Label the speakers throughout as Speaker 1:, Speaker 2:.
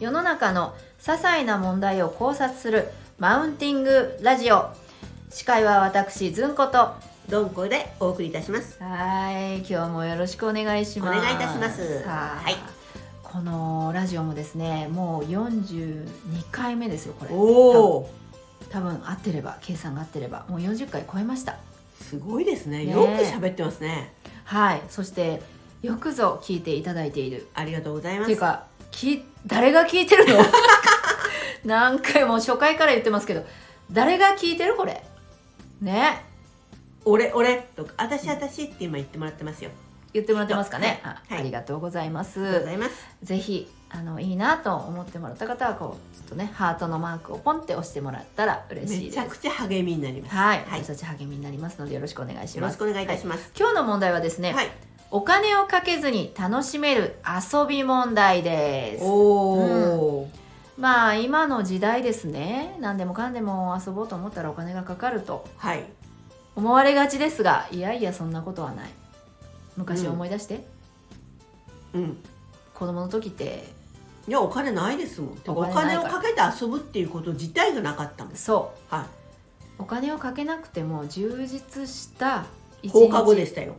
Speaker 1: 中の些細な問題を考察するマウンティングラジオ司会は私ずんことは
Speaker 2: どんこでお送りいたします。
Speaker 1: ーい今日もよろしくお願いします
Speaker 2: お願いいたします
Speaker 1: はーい
Speaker 2: はい
Speaker 1: このラジオもですねもう42回目ですよこれ
Speaker 2: おお、
Speaker 1: 多分合ってれば計算が合ってればもう40回超えました
Speaker 2: すごいですね。
Speaker 1: ね
Speaker 2: よく喋ってますね。
Speaker 1: はいそしてよくぞ聞いていただいている
Speaker 2: ありがとうございま
Speaker 1: っていう
Speaker 2: す。
Speaker 1: かき誰が聞いてるの 何回も初回から言ってますけど誰が聞いてるこれね
Speaker 2: 俺俺とか私私って今言ってもらってますよ。
Speaker 1: 言ってもらってますかね、あ
Speaker 2: はい
Speaker 1: ありがとうございます、
Speaker 2: ありがとうございます。
Speaker 1: ぜひあのいいなと思ってもらった方はこうちょっとねハートのマークをポンって押してもらったら嬉し
Speaker 2: め
Speaker 1: い
Speaker 2: ち
Speaker 1: で
Speaker 2: ゃ
Speaker 1: す
Speaker 2: くちゃ励みになります。
Speaker 1: はい、
Speaker 2: はい
Speaker 1: 私たち励みになりますのでよろしくお願いし
Speaker 2: よろ
Speaker 1: ま
Speaker 2: し
Speaker 1: す
Speaker 2: くお願いいたします。
Speaker 1: 今日の問題はですね、
Speaker 2: はい。
Speaker 1: お金をかけずに楽しめる遊び問題です
Speaker 2: おお、
Speaker 1: まあ今の時代ですね何でもかんでも遊ぼうと思ったらお金がかかると
Speaker 2: はい。
Speaker 1: 思われがちですがいやいやそんなことはない昔を思い出して、
Speaker 2: うん。
Speaker 1: 子供の時って
Speaker 2: いやお金ないですもん。てか
Speaker 1: お
Speaker 2: お
Speaker 1: 金ない
Speaker 2: 金
Speaker 1: か
Speaker 2: を
Speaker 1: ら
Speaker 2: かけて遊ぶっていうこと自体がなかったもん。
Speaker 1: そ
Speaker 2: は
Speaker 1: うお金をかけなくても充実した
Speaker 2: い。
Speaker 1: 一
Speaker 2: 放課後でしたよ。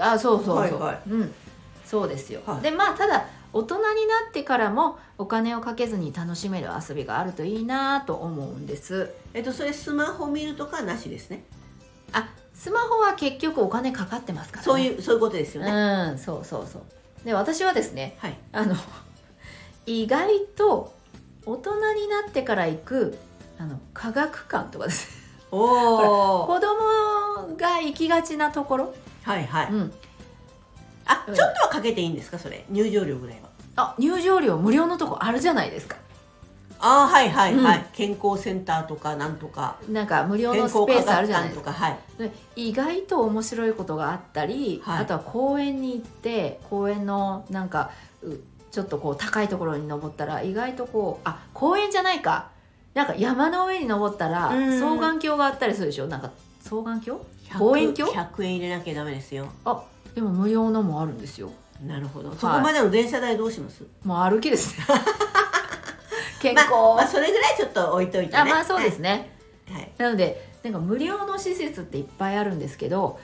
Speaker 1: あそうそうそう、
Speaker 2: はいは
Speaker 1: うんそうですよ、
Speaker 2: はい
Speaker 1: でまあただ大人になってからもお金をかけずに楽しめる遊びがあるといいなと思うんです
Speaker 2: えっとそれスマホ見るとかなしですね。
Speaker 1: あスマホは結局お金かかってますから、ね、
Speaker 2: そういうそういうことですよね。
Speaker 1: うんそうそうそうで私はですね
Speaker 2: はい。
Speaker 1: あの 意外と大人になってから行くあの科学館とかです ね
Speaker 2: おお。
Speaker 1: 子供が行きがちなところ、
Speaker 2: はいはい。
Speaker 1: うん、
Speaker 2: あ、ちょっとはかけていいんですかそれ入場料ぐらいは
Speaker 1: あ入場料無料のとこあるじゃないですか
Speaker 2: あーはいはいはい、
Speaker 1: うん
Speaker 2: 健康センターとかなんとか
Speaker 1: なんか無料
Speaker 2: 健
Speaker 1: のス
Speaker 2: 康
Speaker 1: ペ
Speaker 2: 科
Speaker 1: ースある
Speaker 2: 学
Speaker 1: じゃない
Speaker 2: 館
Speaker 1: です
Speaker 2: と
Speaker 1: か
Speaker 2: かはい
Speaker 1: で意外と面白いことがあったり、
Speaker 2: はい
Speaker 1: あとは公園に行って公園のなんかうちょっとこう高いところに登ったら意外とこうあ公園じゃないかなんか山の上に登ったら
Speaker 2: うん
Speaker 1: 双眼鏡があったりするでしょなんか双眼鏡
Speaker 2: 100
Speaker 1: 望遠鏡
Speaker 2: ?100 円入れなきゃダメですよ
Speaker 1: あでも無料のもあるんですよ
Speaker 2: なるほど、そこまでの電車代どうします
Speaker 1: もう歩き ですね健
Speaker 2: ま
Speaker 1: 康、
Speaker 2: あ、まあそれぐらいちょっと置いといてね
Speaker 1: あまあそうですね
Speaker 2: はい、はい
Speaker 1: なのでなんか無料の施設っていっぱいあるんですけど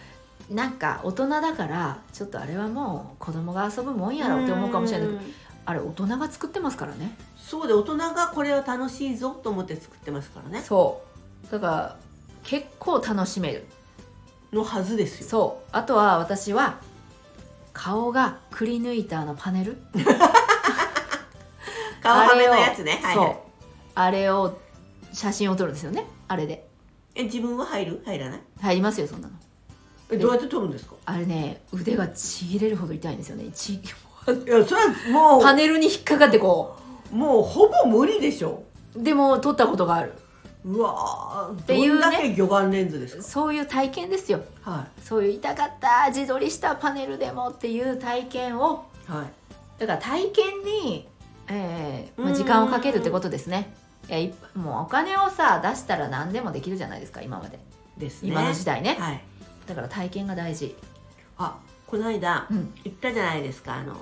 Speaker 1: なんか大人だからちょっとあれはもう子供が遊ぶもんやろって思うかもしれないけど
Speaker 2: うん
Speaker 1: あれ大人が作ってますからね
Speaker 2: そうで大人がこれは楽しいぞと思って作ってますからね
Speaker 1: そうだから結構楽しめる
Speaker 2: のはずですよ
Speaker 1: そうあとは私は顔がくり抜いたあのパネル
Speaker 2: 顔はめのやつねはい、
Speaker 1: そ
Speaker 2: は
Speaker 1: う
Speaker 2: い、
Speaker 1: あれを写真を撮るんですよねあれで
Speaker 2: え自分は入る入らない
Speaker 1: 入りますよそんなの
Speaker 2: えどうやって撮るんですか
Speaker 1: あれね腕がちぎれるほど痛いんですよねち
Speaker 2: いやそれはも
Speaker 1: パネルに引っかかってこ
Speaker 2: うもうほぼ無理でしょ
Speaker 1: うでも撮ったことがある
Speaker 2: うわー
Speaker 1: ていうね
Speaker 2: どんだけ魚眼レンズですか、
Speaker 1: そういう体験ですよ
Speaker 2: は
Speaker 1: そういう痛かった自撮りしたパネルでもっていう体験を
Speaker 2: いはい、
Speaker 1: だから体験に、えーまあ、
Speaker 2: うん
Speaker 1: 時間をかけるってことですねいやいもうお金をさ出したら何でもできるじゃないですか今まで
Speaker 2: ですね
Speaker 1: 今の時代ね
Speaker 2: はい、
Speaker 1: だから体験が大事
Speaker 2: あこの間
Speaker 1: うん
Speaker 2: 行ったじゃないですかあの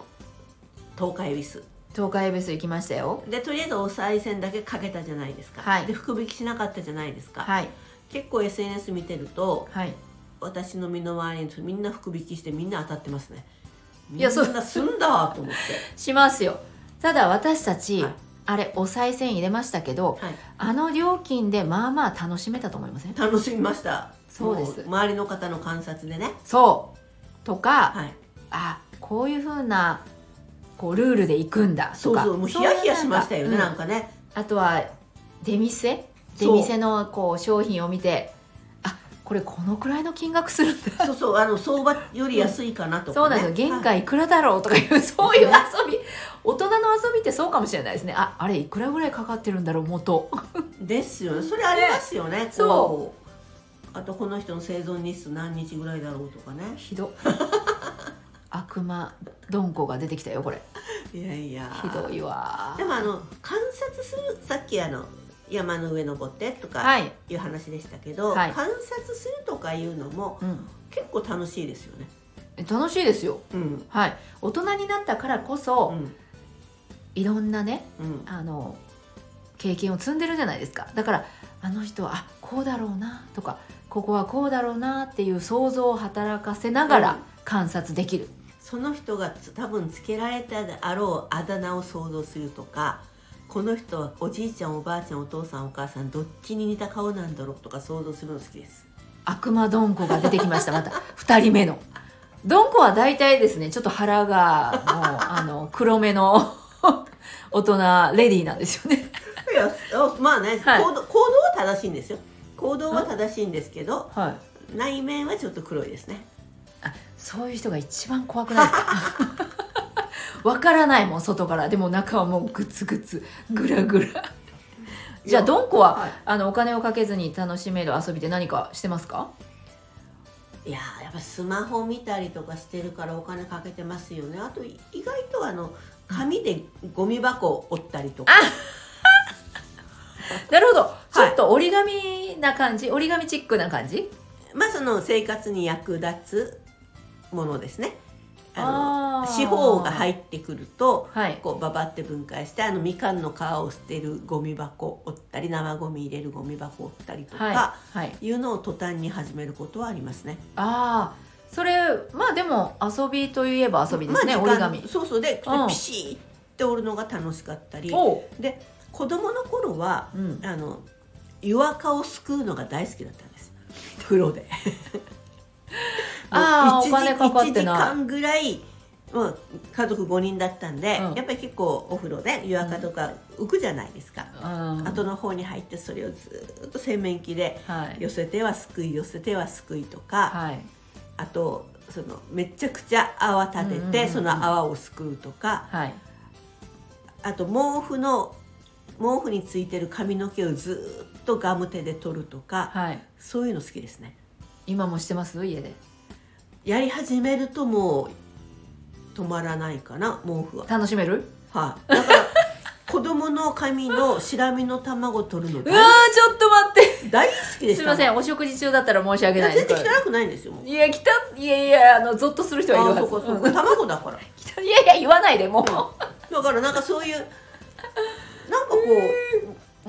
Speaker 2: 東海ウィス
Speaker 1: 東海ベース行きましたよ
Speaker 2: でとりあえずお賽銭だけかけたじゃないですか、
Speaker 1: はい
Speaker 2: で福引きしなかったじゃないですか、
Speaker 1: はい
Speaker 2: 結構 SNS 見てると
Speaker 1: はい
Speaker 2: 私の身の回りにみんな福引きしてみんな当たってますねみ
Speaker 1: い
Speaker 2: んな
Speaker 1: やそう
Speaker 2: すんだと思って
Speaker 1: しますよただ私たち、
Speaker 2: はい
Speaker 1: あれお賽銭入れましたけど
Speaker 2: はい
Speaker 1: あの料金でまあまあ楽しめたと思いません
Speaker 2: 楽しみました
Speaker 1: そうです
Speaker 2: も周りの方の観察でね
Speaker 1: そうとか、
Speaker 2: はい
Speaker 1: あこういうふうなこうルールで行くんだとか
Speaker 2: そうそうもうヒヤヒヤしましたよね
Speaker 1: そういう
Speaker 2: なんかね
Speaker 1: あとは出店出
Speaker 2: そう
Speaker 1: 店のこう商品を見てあこれこのくらいの金額するんだ
Speaker 2: そうそうあの相場より安いかなと
Speaker 1: そう
Speaker 2: か、ね、
Speaker 1: なんですよ原価いくらだろうとかいうそういう遊び大人の遊びってそうかもしれないですねああれいくらぐらいかかってるんだろう元
Speaker 2: ですよねそれありますよね
Speaker 1: そう
Speaker 2: こうあとこの人の生存日数何日ぐらいだろうとかね
Speaker 1: ひど悪魔どんこが出てきたよこれ
Speaker 2: いやいや
Speaker 1: ひどいわ
Speaker 2: でもあの観察するさっきあの山の上登ってとか
Speaker 1: はい、
Speaker 2: いう話でしたけど、
Speaker 1: はい
Speaker 2: 観察するとかいうのも
Speaker 1: うん、
Speaker 2: 結構楽しいですよね
Speaker 1: 楽しいですよ
Speaker 2: うん、
Speaker 1: はい大人になったからこそ、
Speaker 2: うん、
Speaker 1: いろんなね
Speaker 2: うん
Speaker 1: あの経験を積んでるじゃないですかだからあの人はあこうだろうなとかここはこうだろうなっていう想像を働かせなが
Speaker 2: うん
Speaker 1: ら観察できる、
Speaker 2: その人がつ多分つけられたであろうあだ名を想像するとかこの人はおじいちゃんおばあちゃんお父さんお母さんどっちに似た顔なんだろうとか想像するの好きです
Speaker 1: 悪魔どんこが出てきました また2人目のどんこは大体ですねちょっと腹がもうあの黒目の 大人レディーなんですよね
Speaker 2: いやあまあね、
Speaker 1: はい
Speaker 2: 行動行動は正しいんですよ行動は正しいんですけど
Speaker 1: はい
Speaker 2: 内面はちょっと黒いですね
Speaker 1: そういう人が一番怖 くないですかわからないもん外からでも中はもうグツグツグラグラじゃあどんこは
Speaker 2: は
Speaker 1: あのお金をかけずに楽しめる遊びで何かしてますか
Speaker 2: いいやーやっぱスマホ見たりとかしてるからお金かけてますよねあとい意外とあの紙でゴミ箱を折ったりとか
Speaker 1: なるほど、ちょっと折り紙な感じ折り紙チックな感じ
Speaker 2: まあその生活に役立つものですねあ
Speaker 1: あ
Speaker 2: の
Speaker 1: ー
Speaker 2: 四方が入ってくると
Speaker 1: はい
Speaker 2: こうババって分解してあのみかんの皮を捨てるゴミ箱を折ったり生ゴミ入れるゴミ箱を折ったりとか、
Speaker 1: はい、はい、
Speaker 2: いうのを途端に始めることはありますね。
Speaker 1: ああそれまあでも遊びといえば遊びですね、
Speaker 2: まあ
Speaker 1: 折り
Speaker 2: 時間
Speaker 1: 紙
Speaker 2: そうそうで、
Speaker 1: うん
Speaker 2: ピシーって折るのが楽しかったり、
Speaker 1: おう、
Speaker 2: で子供の頃は
Speaker 1: うん、
Speaker 2: あの湯垢をすくうのが大好きだったんです。風呂で。
Speaker 1: あー
Speaker 2: もう一時
Speaker 1: お金かかってない
Speaker 2: 一時間ぐらい。もう家族5人だったんで、
Speaker 1: うん
Speaker 2: やっぱり結構お風呂で湯垢とか浮くじゃないですか、
Speaker 1: あ
Speaker 2: 後の方に入ってそれをずーっと洗面器で
Speaker 1: はい
Speaker 2: 寄せてはすくい寄せてはすくいとか、
Speaker 1: はい
Speaker 2: あとそのめちゃくちゃ泡立てて、
Speaker 1: うんうんうん
Speaker 2: その泡をすくうとか
Speaker 1: はい
Speaker 2: あと毛布の毛布についてる髪の毛をずーっとガム手で取るとか
Speaker 1: はい
Speaker 2: そういうの好きですね
Speaker 1: 今もしてます家で
Speaker 2: やり始めるともう止まらないかな毛布は、
Speaker 1: 楽しめる
Speaker 2: はい、だから子供の髪のシラミの卵取るの
Speaker 1: うわー
Speaker 2: 大
Speaker 1: ちょっと待って
Speaker 2: 大好きで
Speaker 1: す
Speaker 2: した
Speaker 1: いませ
Speaker 2: ん
Speaker 1: んお食事中だったら申し訳ないで
Speaker 2: 全
Speaker 1: す
Speaker 2: 然汚くないんですよもう
Speaker 1: いや来たいやいやあのゾッとする人はいるは
Speaker 2: ああ
Speaker 1: ず
Speaker 2: そうかそう
Speaker 1: う
Speaker 2: か
Speaker 1: ん
Speaker 2: 卵だから
Speaker 1: 汚 いいやいや言わないでもう
Speaker 2: だからなんかそういうなんかこ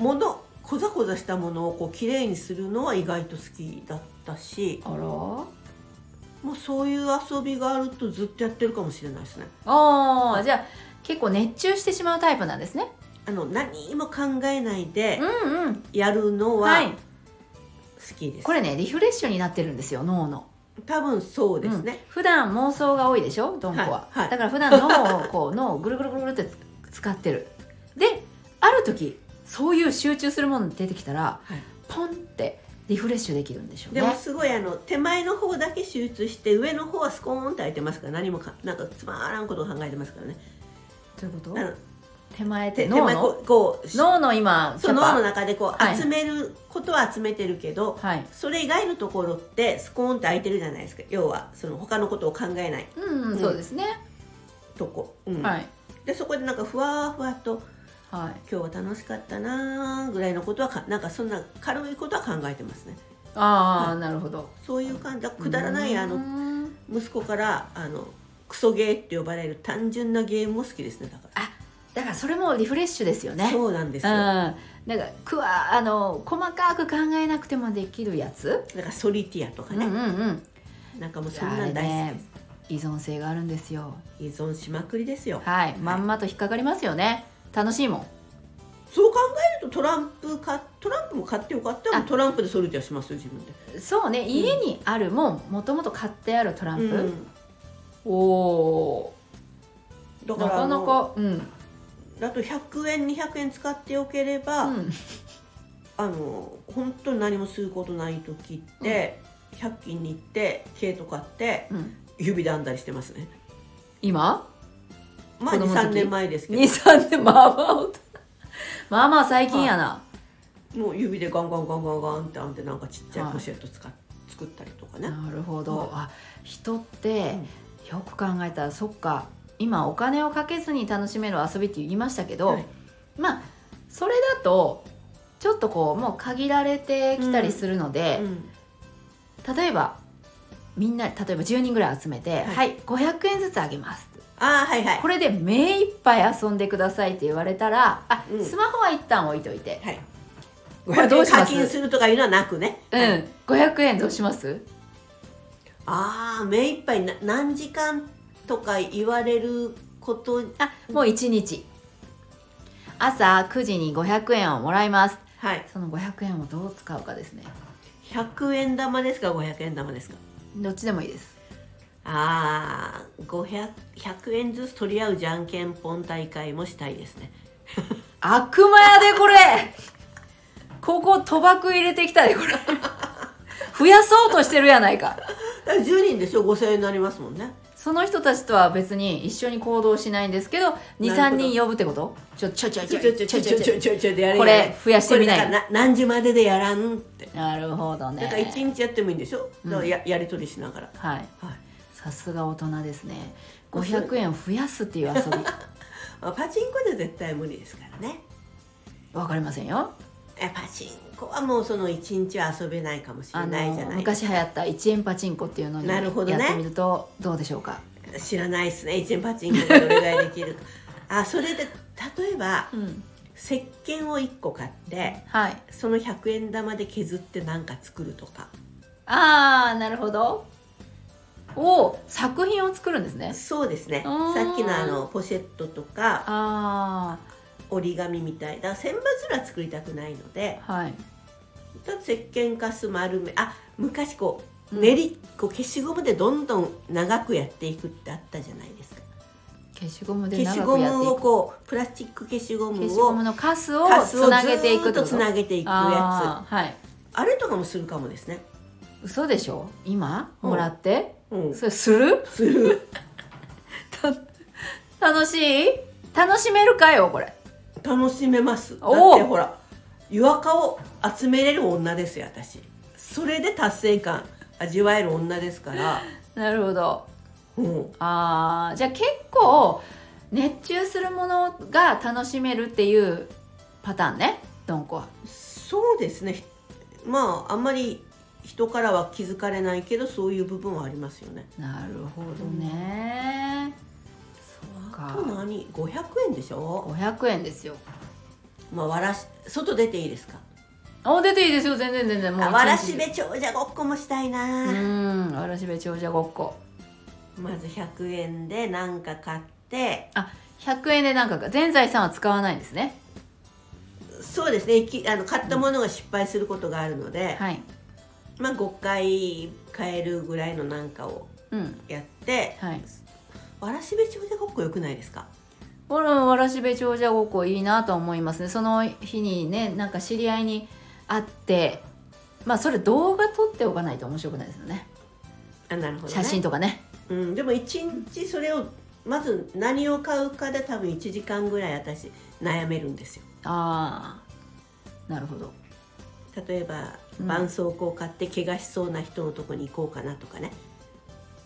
Speaker 2: うものこざこざしたものをこう綺麗にするのは意外と好きだったし
Speaker 1: あら
Speaker 2: もうそういう遊びがあるとずっとやってるかもしれないですね
Speaker 1: あーじゃあ結構熱中してしまうタイプなんですね
Speaker 2: あの何も考えないで
Speaker 1: んうん
Speaker 2: やるのは
Speaker 1: はい
Speaker 2: 好きです、
Speaker 1: これねリフレッシュになってるんですよ脳の
Speaker 2: 多分そうですね、
Speaker 1: 普段妄想が多いでしょドンコは、
Speaker 2: はいはい
Speaker 1: だから普段脳を こう脳をぐるぐるぐるぐるって使ってるである時そういう集中するもの出てきたら、
Speaker 2: はい
Speaker 1: ポンってリフレッシュできるんでしょう
Speaker 2: で
Speaker 1: ね
Speaker 2: もすごいあの手前の方だけ集中して上の方はスコーンって開いてますから何もかなんかつまらんことを考えてますからね
Speaker 1: どういうこと
Speaker 2: あの
Speaker 1: 手前って
Speaker 2: 手手
Speaker 1: 脳
Speaker 2: 前
Speaker 1: の
Speaker 2: こうこう
Speaker 1: 脳の今キ
Speaker 2: そ
Speaker 1: ャ
Speaker 2: の輪の
Speaker 1: パ
Speaker 2: 中でこ
Speaker 1: はいう
Speaker 2: 集めることは集めてるけど、
Speaker 1: はい
Speaker 2: それ以外のところってスコーンって空いてるじゃないですか要はその他のことを考えない
Speaker 1: うん、
Speaker 2: うん
Speaker 1: そうですね、
Speaker 2: とこ、うん
Speaker 1: はい
Speaker 2: でそこでなんかふわふわと
Speaker 1: はい
Speaker 2: 今日は楽しかったなーぐらいのことはかなんかそんな軽いことは考えてますね
Speaker 1: ああ、なるほど
Speaker 2: そういう感じだくだらない
Speaker 1: ー
Speaker 2: う
Speaker 1: ん
Speaker 2: あの息子からあのクソゲーって呼ばれる単純なゲームも好きですねだから、
Speaker 1: だからそれもリフレッシュですよね
Speaker 2: そうなんで
Speaker 1: う
Speaker 2: すよ
Speaker 1: ん、
Speaker 2: だ
Speaker 1: なんかくわあの細かく考えなくてもできるやつ、
Speaker 2: からソリティアとか
Speaker 1: うんう
Speaker 2: ね、
Speaker 1: んうん
Speaker 2: なんかもうそんなん大好きです、
Speaker 1: 依存性があるんですよ
Speaker 2: 依存しまくりですよ
Speaker 1: はい、まんまと引っかかりますよね楽しいもん
Speaker 2: そう考えるとトランプかトランプも買ってよかった
Speaker 1: あ
Speaker 2: もうトランプでソリティアしますよ自分で
Speaker 1: そうね家にあるもんもともと買ってあるトランプ、
Speaker 2: うん
Speaker 1: おお
Speaker 2: だか
Speaker 1: な
Speaker 2: ら
Speaker 1: か
Speaker 2: あ
Speaker 1: な
Speaker 2: の
Speaker 1: かうん、
Speaker 2: だと100円200円使ってよければ、
Speaker 1: うん、
Speaker 2: あの本当に何もすることない時って、100均に行って毛と買って
Speaker 1: うん
Speaker 2: 指で編んだりしてますね
Speaker 1: 今
Speaker 2: まあ
Speaker 1: 子供の時
Speaker 2: 23年前ですけ
Speaker 1: 23年まあまあ大人まあまあ最近やな、
Speaker 2: どもう指でガンガンガンガンガンって編んでなんかちっちゃいポシェット使っ、作ったりとかね、
Speaker 1: なるほ
Speaker 2: は
Speaker 1: ど
Speaker 2: い
Speaker 1: あ人ってよく考えたらそっか今お金をかけずに楽しめる遊びって言いましたけど、
Speaker 2: はい
Speaker 1: まあそれだとちょっとこうもう限られてきたりするので
Speaker 2: う、ん
Speaker 1: 例えばみんな例えば10人ぐらい集めて「
Speaker 2: はい
Speaker 1: はい、500円ずつあげます」
Speaker 2: あーはいはい
Speaker 1: これで目いっぱい遊んでくださいって言われたらあ、
Speaker 2: うん
Speaker 1: スマホは一旦置いといて
Speaker 2: はい
Speaker 1: これどうしま
Speaker 2: 課
Speaker 1: す
Speaker 2: 金するとかいうのはなくね、
Speaker 1: うん
Speaker 2: あ
Speaker 1: 500円どうします
Speaker 2: あー目いっぱいな何時間とか言われること
Speaker 1: あもう1日朝9時に500円をもらいます
Speaker 2: はい
Speaker 1: その500円をどう使うかですね
Speaker 2: 100円玉ですか500円玉ですか
Speaker 1: どっちでもいいです
Speaker 2: ああ500 100円ずつ取り合うじゃんけんぽん大会もしたいですね
Speaker 1: 悪魔やでこれここ賭博入れてきたでこれ増やそうとしてるやないか
Speaker 2: だから10人でしょ5000円になりますもんね
Speaker 1: その人たちとは別に一緒に行動しないんですけど
Speaker 2: なる
Speaker 1: 23
Speaker 2: ほど
Speaker 1: 人呼ぶってことちょちょちょ
Speaker 2: ち
Speaker 1: ち
Speaker 2: ょ
Speaker 1: ょ
Speaker 2: ち
Speaker 1: ち
Speaker 2: ょ
Speaker 1: ょ
Speaker 2: ち
Speaker 1: ち
Speaker 2: ょ
Speaker 1: ょ
Speaker 2: ち
Speaker 1: ち
Speaker 2: ょ
Speaker 1: ょ
Speaker 2: ち
Speaker 1: ち
Speaker 2: ょ
Speaker 1: ょ
Speaker 2: ちょちょでやれ
Speaker 1: これ増やしてみない
Speaker 2: これだから何時まででやらんって
Speaker 1: なるほど
Speaker 2: だから
Speaker 1: ね
Speaker 2: 1日やってもいいんでしょだからや,、やり取りしながら
Speaker 1: はい
Speaker 2: はい
Speaker 1: さすが大人ですね500円を増やすっていう遊び
Speaker 2: まあパチンコじゃ絶対無理ですからね
Speaker 1: わかりませんよ
Speaker 2: えパチンコはもうその一日は遊べないかもしれ
Speaker 1: あ
Speaker 2: ない
Speaker 1: の
Speaker 2: じゃない
Speaker 1: 昔流行った1円パチンコっていうのに
Speaker 2: な
Speaker 1: や
Speaker 2: る
Speaker 1: っ
Speaker 2: ほどね
Speaker 1: てみるとどうでしょうか、
Speaker 2: 知らないですね一円パチンコがどれぐらいできるか あそれで例えば
Speaker 1: うん、
Speaker 2: 石鹸を1個買って
Speaker 1: はい
Speaker 2: その100円玉で削って何か作るとか
Speaker 1: ああなるほどお作品を作るんですね
Speaker 2: そうですね
Speaker 1: うーん
Speaker 2: さっきのあのポシェットとか
Speaker 1: あ
Speaker 2: 折り紙みたいだから千羽鶴は作りたくないので
Speaker 1: あはい
Speaker 2: ちょっと石鹸かす丸めあ昔こう
Speaker 1: うん
Speaker 2: 練り、こう消しゴムでどんどん長くやっていくってあったじゃないですか
Speaker 1: 消しゴムで
Speaker 2: 消し
Speaker 1: 長
Speaker 2: ゴ
Speaker 1: くやってい
Speaker 2: ムを
Speaker 1: く
Speaker 2: こうプラスチック消しゴム
Speaker 1: 消しゴ
Speaker 2: を
Speaker 1: ムのカスを
Speaker 2: カス
Speaker 1: つ
Speaker 2: をず
Speaker 1: なげていく
Speaker 2: ー
Speaker 1: っ
Speaker 2: って
Speaker 1: こ
Speaker 2: と
Speaker 1: と
Speaker 2: つなげていくや
Speaker 1: あーはい
Speaker 2: つあれとかもするかもですね
Speaker 1: 嘘でしょ今
Speaker 2: うん
Speaker 1: もらって、
Speaker 2: うん
Speaker 1: それする
Speaker 2: する
Speaker 1: 楽しい楽しめるかよこれ
Speaker 2: 楽しめますだっ
Speaker 1: おう
Speaker 2: てほら湯垢を集めれる女ですよ私それで達成感味わえる女ですから、
Speaker 1: なるほど
Speaker 2: うん、
Speaker 1: あーじゃあ結構熱中するものが楽しめるっていうパターンねどんこは
Speaker 2: そうですねひまああんまり人からは気づかれないけどそういう部分はありますよね
Speaker 1: なるほどね、そう
Speaker 2: あと
Speaker 1: か
Speaker 2: 何500円でしょ、
Speaker 1: 500円ですよ
Speaker 2: まあ、わらし外出ていいですか
Speaker 1: あ出ていいですよ全然全然も
Speaker 2: あ
Speaker 1: う
Speaker 2: わらしべ
Speaker 1: 一日
Speaker 2: 長者ごっこもしたいな、
Speaker 1: うんわらしべ長者ごっこ
Speaker 2: まず100円で何か買って
Speaker 1: 100円でなんかか全財産は使わないんですね
Speaker 2: そうですねいきあの買ったものが失敗することがあるので、
Speaker 1: はい
Speaker 2: まあ、5回買えるぐらいのなんかを
Speaker 1: うん
Speaker 2: やって
Speaker 1: はい
Speaker 2: わらしべ長者ごっこよくないですか
Speaker 1: これもわらしべ長者ごっこいいなと思いますねその日にねなんか知り合いに会ってまあそれ動画撮っておかないと面白くないですよね
Speaker 2: あなるほど、ね、
Speaker 1: 写真とかね
Speaker 2: うん、でも1日それをまず何を買うかで多分1時間ぐらい私悩めるんですよ
Speaker 1: ああなるほど
Speaker 2: 例えば
Speaker 1: うん
Speaker 2: 絆創膏を買って怪我しそうな人のとこに行こうかなとかね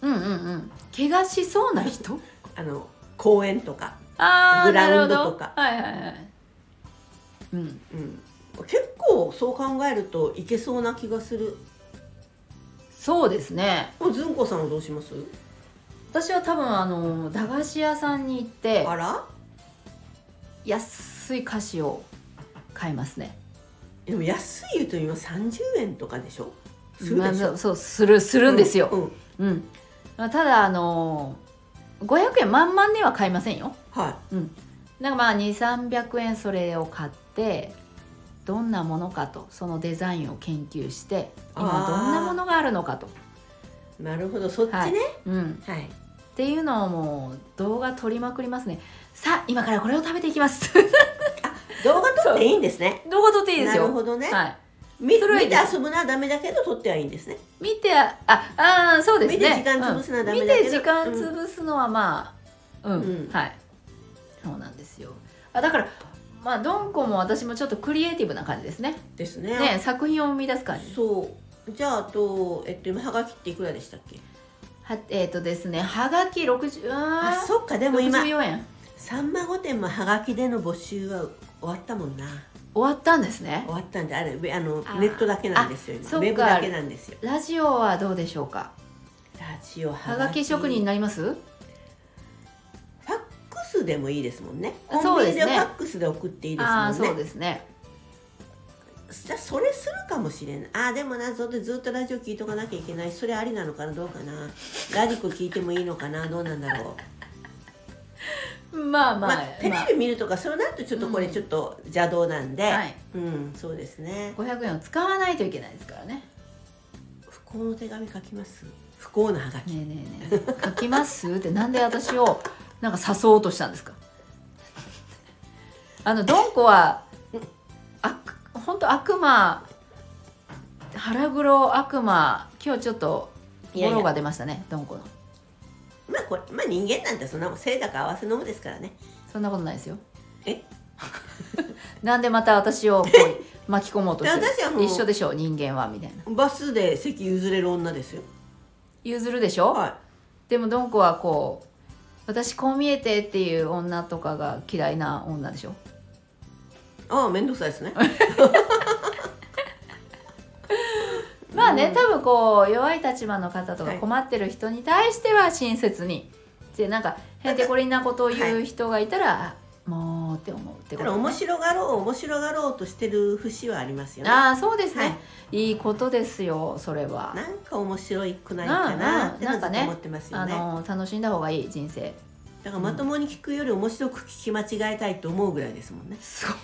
Speaker 1: うんうんうん怪我しそうな人
Speaker 2: あの公園とか、
Speaker 1: ああ
Speaker 2: グラウンド
Speaker 1: なるほど
Speaker 2: とか
Speaker 1: はいはいはいうん
Speaker 2: うん、結構そう考えるといけそうな気がする
Speaker 1: そうですね
Speaker 2: もうずんこさんはどうします
Speaker 1: 私は多分あの駄菓子屋さんに行って
Speaker 2: あら
Speaker 1: 安い菓子を買いますね
Speaker 2: でも安い言うと今30円とかでしょする
Speaker 1: まあ
Speaker 2: でしょ、
Speaker 1: そうするするんですよ
Speaker 2: う、うん
Speaker 1: うんまあ、ただあのー500円満々では買いませんよ
Speaker 2: は
Speaker 1: なんかまあ2300円それを買ってどんなものかとそのデザインを研究して今
Speaker 2: あー
Speaker 1: どんなものがあるのかと、
Speaker 2: いなるほどそっちね
Speaker 1: うん、
Speaker 2: はい、
Speaker 1: っていうのをもう動画撮りまくりますねさあ今からこれを食べていきます
Speaker 2: 動画撮っていいんですね
Speaker 1: 動画撮っていいです
Speaker 2: なる
Speaker 1: よ
Speaker 2: ほどね、
Speaker 1: はい、
Speaker 2: 見見
Speaker 1: それはいい
Speaker 2: て
Speaker 1: です
Speaker 2: 遊ぶのはダメだけど撮ってはいいんですね
Speaker 1: 見てああーそうですね
Speaker 2: 見て時間潰すのはダ
Speaker 1: う
Speaker 2: メだ
Speaker 1: ん
Speaker 2: けど
Speaker 1: 見て時間潰すのはまあうん、
Speaker 2: うん
Speaker 1: はいそうなんですよあだからまあどんこも私もちょっとクリエイティブな感じですね
Speaker 2: ですね
Speaker 1: ね作品を生み出す感じ
Speaker 2: そうじゃああとえっと今はがきっていくらでしたっけ
Speaker 1: はえっ、とですねはがき60
Speaker 2: あ
Speaker 1: あ
Speaker 2: そっかで
Speaker 1: で
Speaker 2: も今
Speaker 1: 64円
Speaker 2: さんま御殿もはがきでの募集は終わったもんな
Speaker 1: 終わったんですね
Speaker 2: 終わったんであれウェあの
Speaker 1: あー
Speaker 2: ネットだけなんですよ
Speaker 1: そ
Speaker 2: 今
Speaker 1: っ
Speaker 2: ウ
Speaker 1: か
Speaker 2: ェブだけなんですよ
Speaker 1: ラジオはどうでしょうか
Speaker 2: ラジオは
Speaker 1: はがき職人になります
Speaker 2: でもいいですもんね
Speaker 1: そ
Speaker 2: コ
Speaker 1: う
Speaker 2: ン
Speaker 1: で
Speaker 2: ビニ
Speaker 1: す
Speaker 2: で
Speaker 1: ね
Speaker 2: ファックスで送っていいです
Speaker 1: ああ
Speaker 2: も
Speaker 1: そうん
Speaker 2: ね
Speaker 1: ですね
Speaker 2: じゃあそれするかもしれないああでもなそれでずっとラジオ聞いとかなきゃいけないしそれありなのかなどうかなラジコ聞いてもいいのかなどうなんだろう
Speaker 1: まあまあ、
Speaker 2: まあ、テ
Speaker 1: まあ
Speaker 2: レビ見るとかそうなるとちょっとこれ
Speaker 1: うん
Speaker 2: ちょっと邪道なんで、
Speaker 1: はい、
Speaker 2: うんそうですね
Speaker 1: 500円を使わないといけないですからね
Speaker 2: 不幸の手紙書きます不幸のハガキ
Speaker 1: ねえねえねえ書きますってなんで私をなんか誘おうとしたんですかあのドンコはあ本当悪魔腹黒悪魔今日ちょっと
Speaker 2: い
Speaker 1: ボ
Speaker 2: やいや
Speaker 1: ロが出ましたねドンコの
Speaker 2: まあこれまあ人間なんてそんなもん性だか合わせ飲むですからね
Speaker 1: そんなことないですよ
Speaker 2: え
Speaker 1: なんでまた私をこう巻き込もうとしてる
Speaker 2: 私はもう
Speaker 1: 一緒でしょ人間はみたいな
Speaker 2: バスで席譲れる女ですよ
Speaker 1: 譲るでしょ、
Speaker 2: は
Speaker 1: でもドンコはこう私こう見えてっていう女とかが嫌いな女でしょ
Speaker 2: いああ面倒くさいですね
Speaker 1: まあね、多分こう弱い立場の方とか
Speaker 2: はい
Speaker 1: 困ってる人に対しては親切に、でなんかへんてこりんなことを言う人がいたら、あもうって思うってこ
Speaker 2: だから
Speaker 1: と、ね、
Speaker 2: 面白がろう面白がろうとしてる節はありますよね
Speaker 1: ああそうですね、、
Speaker 2: はい
Speaker 1: いことですよそれは、
Speaker 2: なんか面白いくないか
Speaker 1: なあ
Speaker 2: な
Speaker 1: なあ
Speaker 2: って
Speaker 1: なんかね
Speaker 2: ずっと思ってますよ
Speaker 1: あ
Speaker 2: ね
Speaker 1: の楽しんだ方がいい人生
Speaker 2: だからまともに聞くより面白く聞き間違えたいと思うぐらいですもんね
Speaker 1: すごい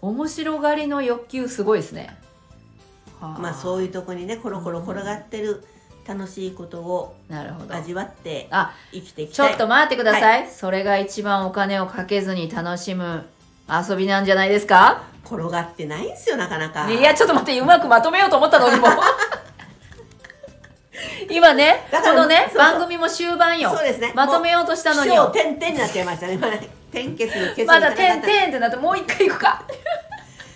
Speaker 1: 面白がりの欲求すごいですね
Speaker 2: まあそうういうとこにねコロコロ転がってる楽しいことを
Speaker 1: なるほど
Speaker 2: 味わって
Speaker 1: あ
Speaker 2: 生きていき
Speaker 1: ちょ
Speaker 2: たい
Speaker 1: っと待ってください、それが一番お金をかけずに楽しむ遊びなんじゃないですか
Speaker 2: 転がってないんですよなかなか
Speaker 1: いやちょっと待ってうまくまとめようと思った のにも今ね
Speaker 2: だから
Speaker 1: このね
Speaker 2: そうそう
Speaker 1: 番組も終盤よ
Speaker 2: そうですね
Speaker 1: まとめようとしたのに
Speaker 2: 今日
Speaker 1: よ
Speaker 2: 点々になっちゃいましたねまだ点消すの消すの
Speaker 1: まだ「てん
Speaker 2: だか
Speaker 1: てん」ってなってもう一回行くか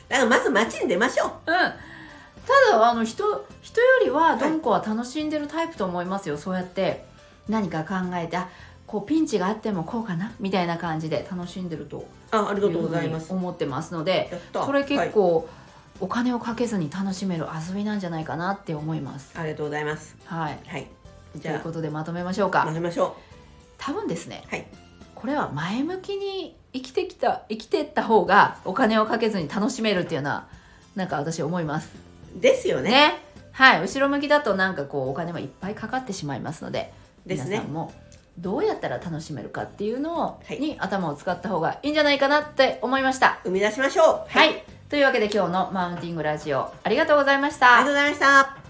Speaker 1: ら
Speaker 2: まず街に出ましょう
Speaker 1: うんただあの人人よりはドンコは楽しんでるタイプと思いますよ、そうやって何か考えてあこうピンチがあってもこうかなみたいな感じで楽しんでると
Speaker 2: ああり
Speaker 1: いうふうに思ってますので
Speaker 2: やった
Speaker 1: これ結構、お金をかけずに楽しめる遊びなんじゃないかなって思います。
Speaker 2: はいありがとうございます
Speaker 1: はい、
Speaker 2: はい
Speaker 1: と
Speaker 2: じ
Speaker 1: いう
Speaker 2: ゃ
Speaker 1: ことでまとめましょう
Speaker 2: あま
Speaker 1: か
Speaker 2: とめましょ
Speaker 1: 多分ですね
Speaker 2: うはい
Speaker 1: これは前向きに生きてきた生きてった方がお金をかけずに楽しめるっていうのはなんか私思います
Speaker 2: ですよ
Speaker 1: ね
Speaker 2: ね
Speaker 1: はい後ろ向きだとなんかこうお金もいっぱいかかってしまいますので
Speaker 2: です
Speaker 1: 皆
Speaker 2: ね
Speaker 1: さんもどうやったら楽しめるかっていうのを、
Speaker 2: はい
Speaker 1: に頭を使った方がいいんじゃないかなって思いました
Speaker 2: 生み出しましょう
Speaker 1: はい、というわけで今日のマウンティングラジオありがとうございまし
Speaker 2: あり
Speaker 1: た
Speaker 2: がとうございました